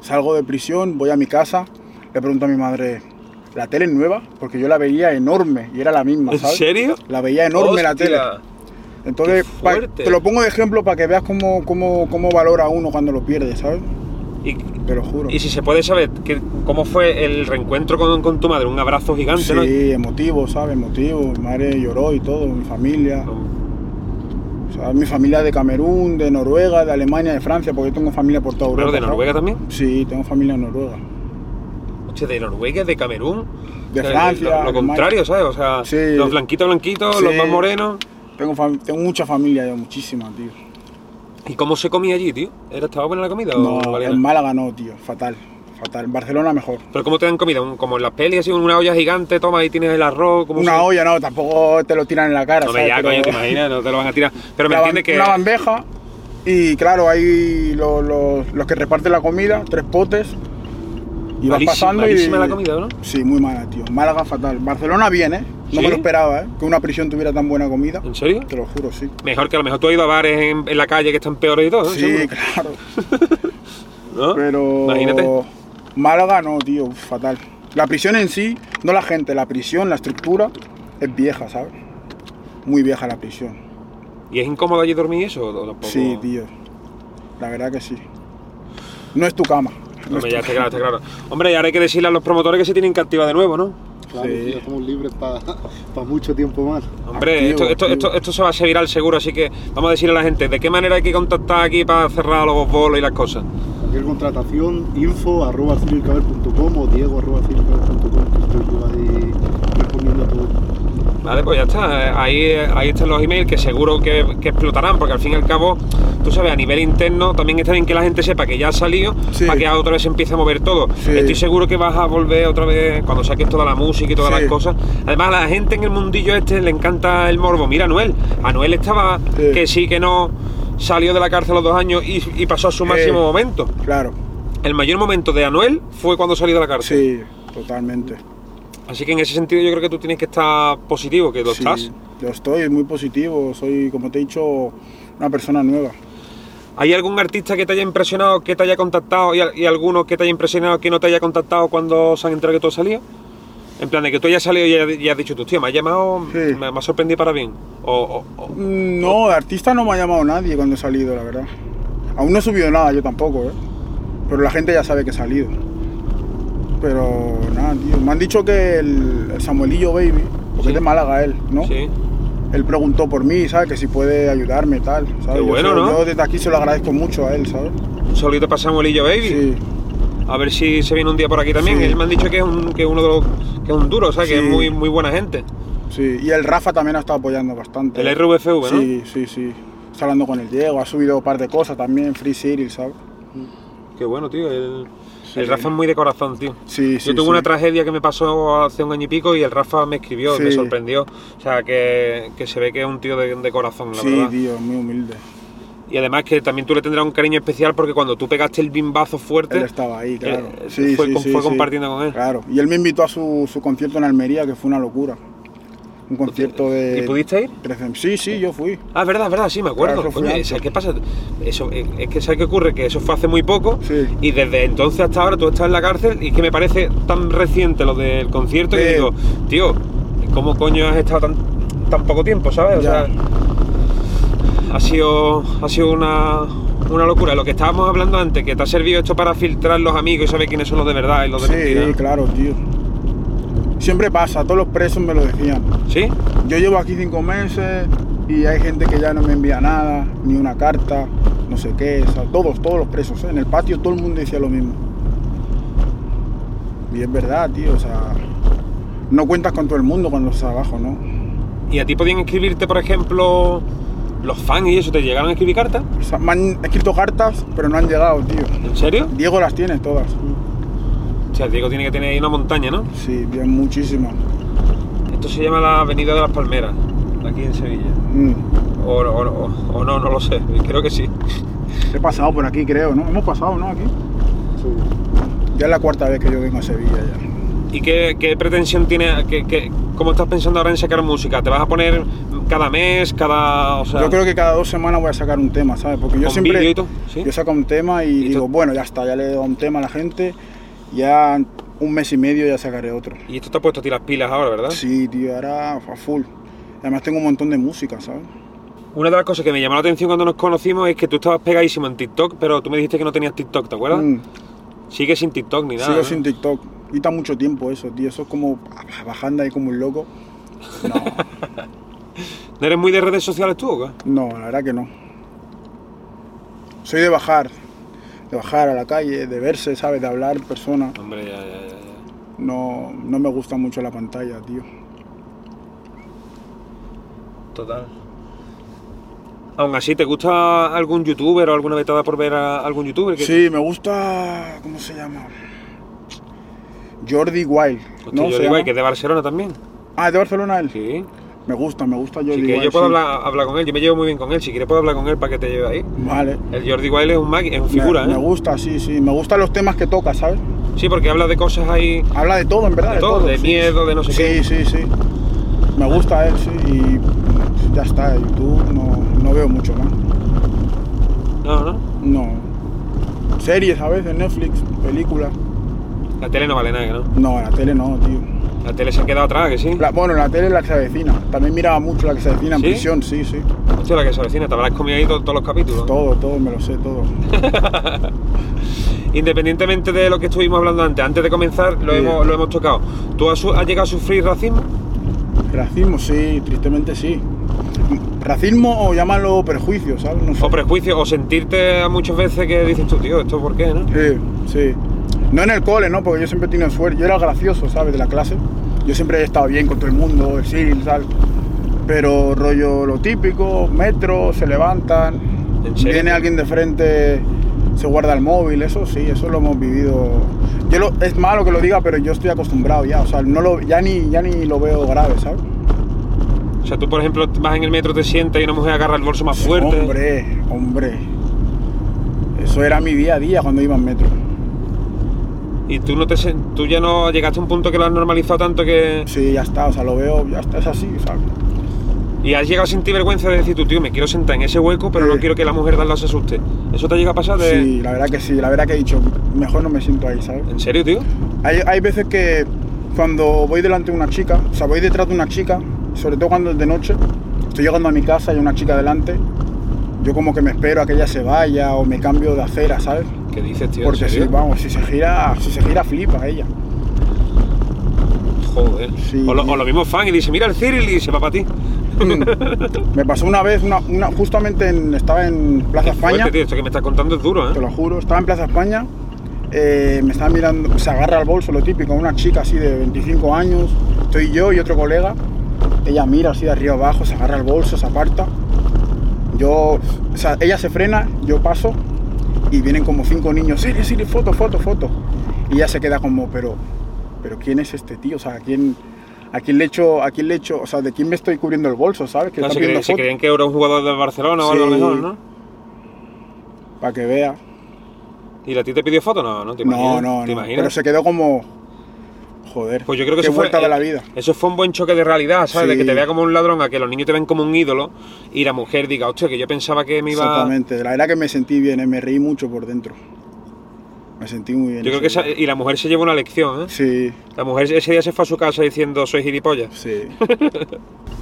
Salgo de prisión, voy a mi casa, le pregunto a mi madre, ¿la tele es nueva? Porque yo la veía enorme y era la misma,
¿En
¿sabes?
serio?
La veía enorme la
Hostia.
tele. Entonces,
Qué
pa-
fuerte.
te lo pongo de ejemplo para que veas cómo, cómo, cómo valora uno cuando lo pierde, ¿sabes?
Y,
te lo juro.
y si se puede saber que, cómo fue el reencuentro con, con tu madre, un abrazo gigante,
sí,
¿no?
emotivo, ¿sabes? Emotivo. Mi madre lloró y todo, mi familia. O sea, mi familia de Camerún, de Noruega, de Alemania, de Francia, porque yo tengo familia por toda
Pero
Europa.
de
¿sabes?
Noruega también.
Sí, tengo familia en Noruega.
Hostia, de Noruega, de Camerún.
De
O sea,
Francia,
Lo, lo
Alemania.
contrario, ¿sabes? O sea,
Sí.
los blanquitos, blanquitos, los
Sí.
más morenos.
Tengo, fam- tengo mucha familia, yo, muchísima, tío.
¿Y cómo se comía allí, tío? ¿Era, ¿Estaba buena la comida
No,
o valía
en
nada?
Málaga no, tío. Fatal. Fatal. En Barcelona mejor.
¿Pero cómo te dan comida? ¿Un- ¿Como en las pelis, así, una olla gigante, toma, ahí tienes el arroz? ¿cómo
Una
se-
olla, no, tampoco te lo tiran en la cara.
No me
¿sabes?
ya,
Pero
coño, te imaginas, no te lo van a tirar. Pero me
una ban-
entiendes que...
Una bandeja y claro, ahí lo- lo- los que reparten la comida, tres potes. Y vas
Malísima-
pasando
malísima
y...
la comida, ¿no?
Sí, muy mala, tío. Málaga fatal. Barcelona bien, ¿eh? No
¿Sí?
me lo esperaba, ¿eh? Que una prisión tuviera tan buena comida.
¿En serio?
Te lo juro, sí.
Mejor que a lo mejor tú has ido a bares en, en la calle que están peores y todo, ¿no?
Sí,
Seguro, (laughs)
claro.
¿no?
Pero.
Imagínate.
Málaga no, tío, uf, fatal. La prisión en sí, no la gente, la prisión, la estructura, es vieja, ¿sabes? Muy vieja la prisión.
¿Y es incómodo allí dormir eso o tampoco?
Sí, tío. La verdad que sí. No es tu cama.
No, hombre, ya está claro, está claro. Hombre, y ahora hay que decirle a los promotores que se tienen que activar de nuevo, ¿no?
Claro,
Sí.
sí, ya estamos libres (laughs) para mucho tiempo más.
Hombre, esto,
Activo,
esto,
activo.
esto, esto se va a hacer viral seguro, así que vamos a decirle a la gente de qué manera hay que contactar aquí para cerrar los bolos y las cosas.
Cualquier contratación, info arroba civilcaber.com o diego arroba civilcaber.com, que estoy yo ahí respondiendo a todo.
Vale, pues ya está. eh, Ahí, eh, ahí están los emails que seguro que, que explotarán, porque al fin y al cabo, tú sabes, a nivel interno también está bien que la gente sepa que ya ha salido,
Sí.
para que otra vez se empiece a mover todo.
Sí.
Estoy seguro que vas a volver otra vez cuando saques toda la música y todas
Sí.
las cosas. Además, a la gente en el mundillo este le encanta el morbo. Mira, a Noel. A Noel estaba
Sí.
que sí, que no, salió de la cárcel a los dos años y, y pasó a su
Sí.
máximo momento.
Claro,
El mayor momento de Anuel fue cuando salió de la cárcel.
sí, totalmente.
Así que en ese sentido yo creo que tú tienes que estar positivo, que lo
Sí,
estás.
Yo estoy muy positivo, soy, como te he dicho, una persona nueva.
¿Hay algún artista que te haya impresionado, que te haya contactado y, al- y alguno que te haya impresionado, que no te haya contactado cuando se han enterado que tú has salido? En plan de que tú hayas salido y hayas, y has dicho, tú, tío, me has llamado,
Sí.
me, me ha sorprendido para bien. O, o- o-
Mm, No, de artista no me ha llamado nadie cuando he salido, la verdad. Aún no he subido nada, yo tampoco, ¿eh? Pero la gente ya sabe que he salido. Pero nada, tío. Me han dicho que el, el Samuelillo Baby, porque
Sí.
es de Málaga él, ¿no?
sí.
Él preguntó por mí, ¿sabes? Que si puede ayudarme, tal.
Qué
¿sabes?
bueno,
yo, se-
¿no?
yo desde aquí se lo agradezco mucho a él, ¿sabes?
Un solito para Samuelillo Baby.
Sí,
A ver si se viene un día por aquí también.
Sí.
Él me han dicho que es un, que es uno de los, que es un duro, o sea, que es
Sí.
muy, muy buena gente.
sí. Y el Rafa también ha estado apoyando bastante.
El RVFV, ¿no?
Eh, Sí, sí, sí. Está hablando con el Diego, ha subido un par de cosas también, Free Series, ¿sabes?
Qué bueno, tío. El,
Sí.
el Rafa es muy de corazón, tío.
Sí, sí.
Yo tuve
sí.
una tragedia que me pasó hace un año y pico y el Rafa me escribió,
Sí.
me sorprendió. O sea, que, que se ve que es un tío de, de corazón, la
Sí,
verdad.
tío, muy humilde.
Y además que también tú le tendrás un cariño especial porque cuando tú pegaste el bimbazo fuerte...
Él estaba ahí, claro.
Eh, fue con- fue compartiendo con él.
Claro. Y él me invitó a su, su concierto en Almería, que fue una locura. Un concierto de.
¿Y pudiste ir?
13. Sí, sí, yo fui.
Ah, es verdad, es verdad, sí, me acuerdo.
Claro, eso fue
Coño,
antes.
¿sabes qué pasa? Eso, eh, es que ¿sabes qué ocurre? Que eso fue hace muy poco
Sí.
y desde entonces hasta ahora tú estás en la cárcel y es que me parece tan reciente lo del concierto que
Sí.
digo, tío, ¿cómo coño has estado tan, tan poco tiempo, sabes? O
Ya.
sea, ha sido, ha sido una, una locura. Lo que estábamos hablando antes, que te ha servido esto para filtrar los amigos y saber quiénes son los de verdad y los de
Sí,
mentira.
claro, tío. Siempre pasa, todos los presos me lo decían.
¿Sí?
Yo llevo aquí cinco meses y hay gente que ya no me envía nada, ni una carta, no sé qué, o sea, todos, todos los presos. ¿eh? En el patio todo el mundo decía lo mismo. Y es verdad, tío, o sea, no cuentas con todo el mundo cuando estás abajo, ¿no?
¿Y a ti podían escribirte, por ejemplo, los fans y eso? ¿Te llegaron a escribir cartas?
O sea, me han escrito cartas, pero no han llegado, tío.
¿En serio?
Diego las tiene todas.
O sea, Diego tiene que tener ahí una montaña, ¿no?
Sí, bien, muchísimas.
Esto se llama la Avenida de las Palmeras, aquí en Sevilla.
Mm.
O, o- o- o no, no lo sé, creo que sí.
He pasado por aquí, creo, ¿no? Hemos pasado, ¿no? Aquí.
Sí.
Ya es la cuarta vez que yo vengo a Sevilla ya.
¿Y qué, qué pretensión tiene? Qué, qué- ¿Cómo estás pensando ahora en sacar música? ¿Te vas a poner cada mes, cada...? O sea,
Yo creo que cada dos semanas voy a sacar un tema, ¿sabes? Porque yo
¿Con
siempre...
vídeo y todo? ¿Sí?
Yo saco un tema y,
¿Y tú?
digo, bueno, ya está, ya le he dado un tema a la gente. Ya en un mes y medio ya sacaré otro.
Y esto te ha puesto a ti las pilas ahora, ¿verdad?
Sí, tío, ahora a full. Además tengo un montón de música, ¿sabes?
Una de las cosas que me llamó la atención cuando nos conocimos es que tú estabas pegadísimo en TikTok, pero tú me dijiste que no tenías TikTok, ¿te acuerdas?
Mm,
Sigue sin TikTok ni nada.
sigo
¿no?
sin TikTok. Quita mucho tiempo eso, tío. Eso es como bajando ahí como un loco.
¿No eres muy de redes sociales tú o qué?
No, la verdad que no. Soy de bajar. De bajar a la calle, de verse, ¿sabes? De hablar persona.
Hombre, ya, ya, ya, ya.
No, no me gusta mucho la pantalla, tío.
Total. Aún así, ¿te gusta algún youtuber o alguna vetada por ver a algún youtuber? que-
Sí, me gusta. ¿Cómo se llama? Jordi Wild.
Hostia,
¿no?
yo
¿Se
digo,
llama?
que es de Barcelona también.
Ah, de Barcelona él.
Sí.
Me gusta, me gusta Jordi
Si quieres,
Wild.
yo puedo
sí.
hablar, hablar con él, yo me llevo muy bien con él. Si quieres, puedo hablar con él para que te lleve ahí.
Vale.
El Jordi Wild es un, maqui- es un
Me-
figura,
me,
¿eh?
gusta, sí, sí. Me gustan los temas que toca, ¿sabes?
Sí, porque habla de cosas ahí.
Habla de todo, en verdad.
De
De,
todo, de
sí.
miedo, de no sé
sí,
qué.
Sí, sí, Me gusta él, sí. Y ya está, YouTube no, no veo mucho más.
No, no.
No. Series a veces, Netflix, películas.
La tele no vale nada, ¿no?
No, la tele no, tío.
La tele se ha quedado atrás, que sí.
La- bueno, la tele es la que se avecina. También miraba mucho la que se avecina en
¿Sí?
prisión, sí, sí.
Hostia, la que se avecina, te habrás comido ahí to- todos, los capítulos.
Todo, todo, me lo sé, todo.
Independientemente de lo que estuvimos hablando antes, antes de comenzar lo,
Sí.
hemos, lo hemos tocado. ¿Tú has, su- has llegado a sufrir racismo?
Racismo, sí, tristemente sí. Racismo o llámalo perjuicio, ¿sabes? No sé.
¿O prejuicio? ¿O sentirte a muchas veces que dices tú, tío, esto por qué, no?
Sí, sí. No en el cole, ¿no? Porque yo siempre tenía suerte. Yo era gracioso, ¿sabes? De la clase. Yo siempre he estado bien con todo el mundo, el civil, tal. Pero rollo lo típico, metro, se levantan,
¿En serio?
viene alguien de frente, se guarda el móvil, eso sí, eso lo hemos vivido. Yo lo- es malo que lo diga, pero yo estoy acostumbrado ya, o sea, no lo, ya, ni, ya ni lo veo grave, ¿sabes?
O sea, tú, por ejemplo, vas en el metro, te sientas y una mujer agarra el bolso más fuerte.
Hombre, hombre. Eso era mi día a día cuando iba en metro.
Y tú, no te, sen- tú ya no llegaste a un punto que lo has normalizado tanto que...
Sí, ya está, o sea, lo veo, ya está, es así, ¿sabes?
Y has llegado a sentir vergüenza de decir, tú, tío, me quiero sentar en ese hueco, pero
Sí.
no quiero que la mujer de al lado se asuste. ¿Eso te llega a pasar de...?
Sí, la verdad que sí, la verdad que he dicho, mejor no me siento ahí, ¿sabes?
¿En serio, tío?
Hay, hay veces que cuando voy delante de una chica, o sea, voy detrás de una chica, sobre todo cuando es de noche, estoy llegando a mi casa y hay una chica delante, yo como que me espero a que ella se vaya o me cambio de acera, ¿sabes?
¿Qué dices, tío? ¿En
Porque si,
serio?
vamos, si se gira, si se gira flipa ella.
Joder.
Sí.
O, lo, o lo mismo fan y dice, mira el Cyril y se va para ti.
Mm. me pasó una vez, una, una- justamente en- estaba en Plaza España.
Fuerte, tío, esto que me estás contando es duro,
te
¿eh?
lo juro. Estaba en Plaza España, eh, me estaba mirando, se agarra al bolso, lo típico, una chica así de 25 años, estoy yo y otro colega, ella mira así de arriba abajo, se agarra al bolso, se aparta, yo, o sea, ella se frena, yo paso y vienen como cinco niños, sí, sí, foto, foto, foto, y ella se queda como, pero, pero ¿quién es este tío? O sea, ¿a quién, a quién le echo, a quién le echo, o sea, ¿de quién me estoy cubriendo el bolso, sabes? Que
Claro,
está
se,
pidiendo
creen, se
foto.
creían que era un jugador de Barcelona o algo
Sí.
mejor, ¿no?
para que vea.
¿Y la tía te pidió foto? No, no te imaginas.
No, no,
¿Te
no.
imaginas?
Pero se quedó como. Joder.
Pues yo creo que
qué
eso fue,
vuelta de la
eh,
vida.
Eso fue un buen choque de realidad, ¿sabes? De que
Sí.
te vea como un ladrón, a que los niños te ven como un ídolo y la mujer diga, hostia, que yo pensaba que me iba.
Exactamente. La verdad que me sentí bien, eh, me reí mucho por dentro. Me sentí muy bien.
Yo creo
ese
que esa-
día.
y la mujer se llevó una lección, ¿eh?
Sí,
La mujer ese día se fue a su casa diciendo, soy gilipollas. (laughs)
sí.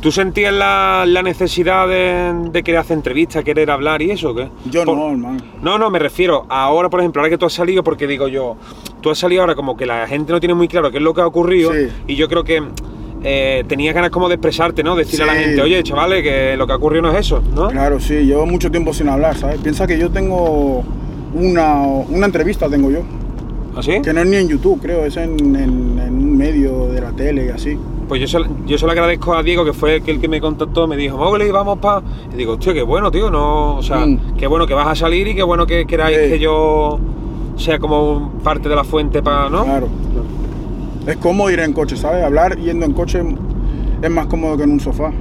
¿Tú sentías la, la necesidad de, de querer hacer entrevistas, querer hablar y eso o qué?
Yo
Por-
no, hermano.
No, no, me refiero a ahora, por ejemplo, ahora que tú has salido, porque digo yo, tú has salido ahora como que la gente no tiene muy claro qué es lo que ha ocurrido
Sí.
y yo creo que eh, tenías ganas como de expresarte, ¿no? Decirle a la
Sí.
gente, oye, chavales, que lo que ha ocurrido no es eso, ¿no?
Claro, sí, llevo mucho tiempo sin hablar, ¿sabes? Piensa que yo tengo una, una entrevista, tengo yo.
¿Así?
Que no es ni en YouTube, creo, es en, en- en un medio de la tele y así.
Pues yo se, yo se lo agradezco a Diego, que fue el que me contactó, me dijo, Mowgli, vamos pa... Y digo, hostia, qué bueno, tío, no... O sea,
Mm.
qué bueno que vas a salir y qué bueno que queráis
Sí.
que yo sea como parte de la fuente para... ¿no?
Claro. Es cómodo ir en coche, ¿sabes? Hablar yendo en coche es más cómodo que en un sofá.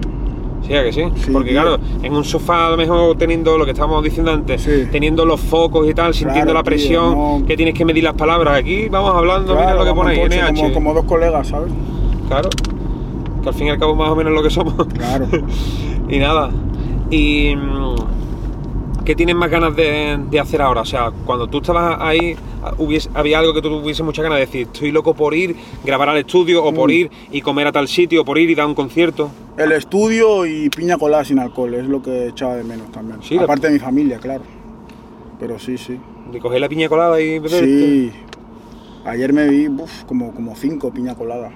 Sí, ¿a que sí.
Sí,
Porque
tío.
claro, en un sofá a lo mejor teniendo lo que estábamos diciendo antes,
Sí.
teniendo los focos y tal, sintiendo la
tío,
presión,
no.
que tienes que medir las palabras. Aquí vamos hablando,
Claro,
mira lo que
vamos
pone
en
ahí,
coche
NH.
como, como dos colegas, ¿sabes?
Claro. Que al fin y al cabo más o menos lo que somos.
Claro.
y nada. Y mm, ¿Qué tienes más ganas de, de hacer ahora? O sea, cuando tú estabas ahí, hubiese- había algo que tú tuviese muchas ganas de decir, estoy loco por ir, grabar al estudio, o
Mm.
por ir y comer a tal sitio, o por ir y dar un concierto.
(laughs) El estudio y piña colada sin alcohol, es lo que echaba de menos también.
Sí, la-
Aparte de mi familia, claro. Pero sí, sí.
De coger la piña colada y beberte.
Sí. Ayer me vi uf, como, como cinco piña coladas.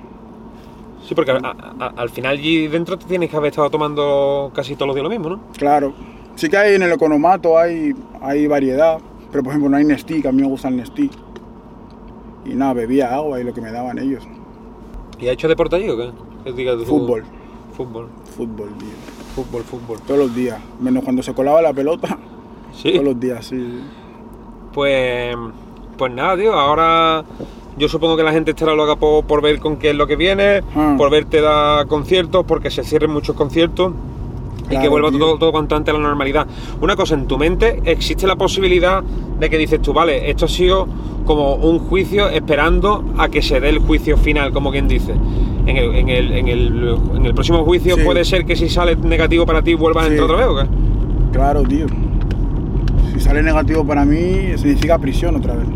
Sí, porque a- a- a- al final allí dentro te tienes que haber estado tomando casi todos los días lo mismo, ¿no?
Claro. Sí que hay en el economato, hay, hay variedad. Pero por ejemplo no hay Nestí, que a mí me gusta el Nestí. Y nada, bebía agua y lo que me daban ellos.
¿Y has hecho deporte allí o qué? Que digas tú,
Fútbol.
Fútbol,
Fútbol, tío.
fútbol, fútbol.
Todos los días. Menos cuando se colaba la pelota.
Sí.
Todos los días, sí.
Pues, pues nada, tío. Ahora yo supongo que la gente estará loca por, por ver con qué es lo que viene,
Ah.
por verte dar conciertos, porque se cierren muchos conciertos y que
Claro,
vuelva
tío.
todo, todo cuanto antes a la normalidad. Una cosa, en tu mente existe la posibilidad de que dices tú, vale, esto ha sido como un juicio esperando a que se dé el juicio final, como quien dice. En el, en el, en el, en el próximo juicio
Sí.
puede ser que si sale negativo para ti vuelvas a
Sí.
entrar otra vez, ¿o qué?
Claro, tío. Si sale negativo para mí, significa prisión otra vez.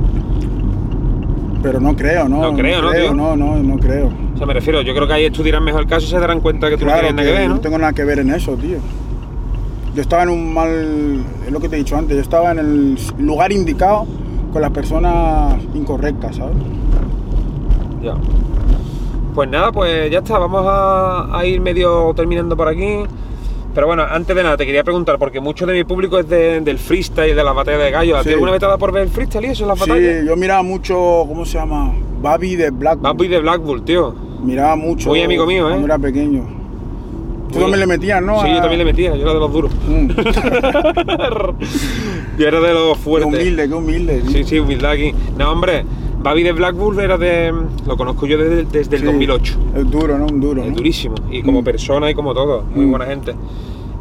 Pero no creo, ¿no?
No creo, ¿no, tío?
No, no, no creo.
O sea, me refiero, yo creo que ahí estudiarán mejor el caso y se darán cuenta que tú
Claro,
no tienes nada
que
que ver, ¿no?
no tengo nada que ver en eso, tío. Yo estaba en un mal... Es lo que te he dicho antes. Yo estaba en el lugar indicado con las personas incorrectas, ¿sabes?
Ya. Pues nada, pues ya está, vamos a, a ir medio terminando por aquí. Pero bueno, antes de nada, te quería preguntar, porque mucho de mi público es de- del freestyle, de las batallas de gallos. ¿A ti
Sí.
alguna vez te ha dado por ver el freestyle y eso en las
Sí,
batallas?
yo miraba mucho... ¿Cómo se llama? Babi de Black.
Bad Boy de Black Bull, tío.
Miraba mucho.
Muy amigo mío, ¿eh?
Cuando era pequeño. Tú
Muy-
también le metías, ¿no?
sí,
A-
yo también le metía, yo era de los duros.
Mm,
(laughs) yo era de los
qué
fuertes.
humilde, qué humilde. tío.
Sí, sí, humildad aquí. No, hombre, Babi de Black Bull era de. Lo conozco yo desde, desde el
Sí.
2008.
Es duro, ¿no? Un duro.
Es
¿no?
durísimo. Y como
Mm.
persona y como todo. Muy
Mm.
buena gente.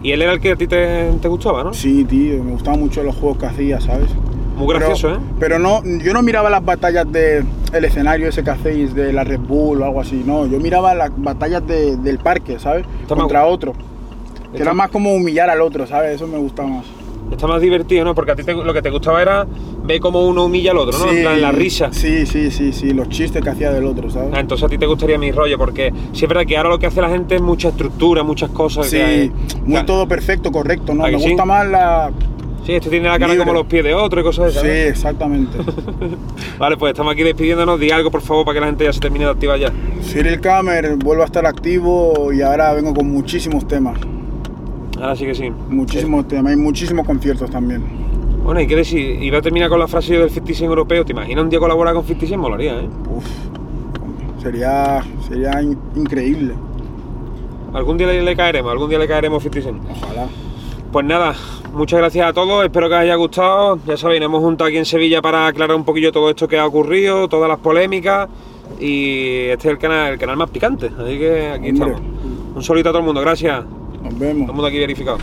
Y él era el que a ti te, te gustaba, ¿no?
Sí, tío, me gustaban mucho los juegos que hacía, ¿sabes?
Muy gracioso,
pero,
¿eh?
Pero no, yo no miraba las batallas de el escenario ese que hacéis de la Red Bull o algo así, no. Yo miraba las batallas de- del parque, ¿sabes?
Está más
Contra otro. Que
Está-
era más como humillar al otro, ¿sabes? Eso me gustaba más.
Está más divertido, ¿no? Porque a ti te- lo que te gustaba era ver cómo uno humilla al otro, ¿no? En plan, la risa.
Sí, sí, sí, sí, los chistes que hacía del otro,
Ah,
¿sabes?
entonces a ti te gustaría mi rollo, porque sí es verdad que ahora lo que hace la gente es mucha estructura, muchas cosas. que hay.
Sí,
O
muy
sea,
todo perfecto, correcto, ¿no?
¿A
Me
que sí?
gusta más la...
Sí, esto tiene la cara
libre.
como los pies de otro y cosas de esas.
Sí,
(laughs)
exactamente.
¿no? Vale, pues estamos aquí despidiéndonos. Di algo, por favor, para que la gente ya se termine de activar ya.
Cyril Kamer, vuelvo a estar activo y ahora vengo con muchísimos temas.
Ahora sí que sí.
Muchísimos temas, hay muchísimos conciertos también.
Bueno, y qué decir, iba a terminar con la frase del 56 europeo. ¿Te imaginas un día colaborar con 56? Molaría, ¿eh?
Uf, sería, sería in- increíble.
Algún día le, le caeremos, algún día le caeremos 56.
Ojalá.
Pues nada, muchas gracias a todos, espero que os haya gustado. Ya sabéis, nos hemos juntado aquí en Sevilla para aclarar un poquillo todo esto que ha ocurrido, todas las polémicas. Y este es el canal, el canal más picante, así que aquí
Hombre.
estamos. Un solito a todo el mundo, gracias.
Nos
Todo el
vemos.
mundo aquí verificado.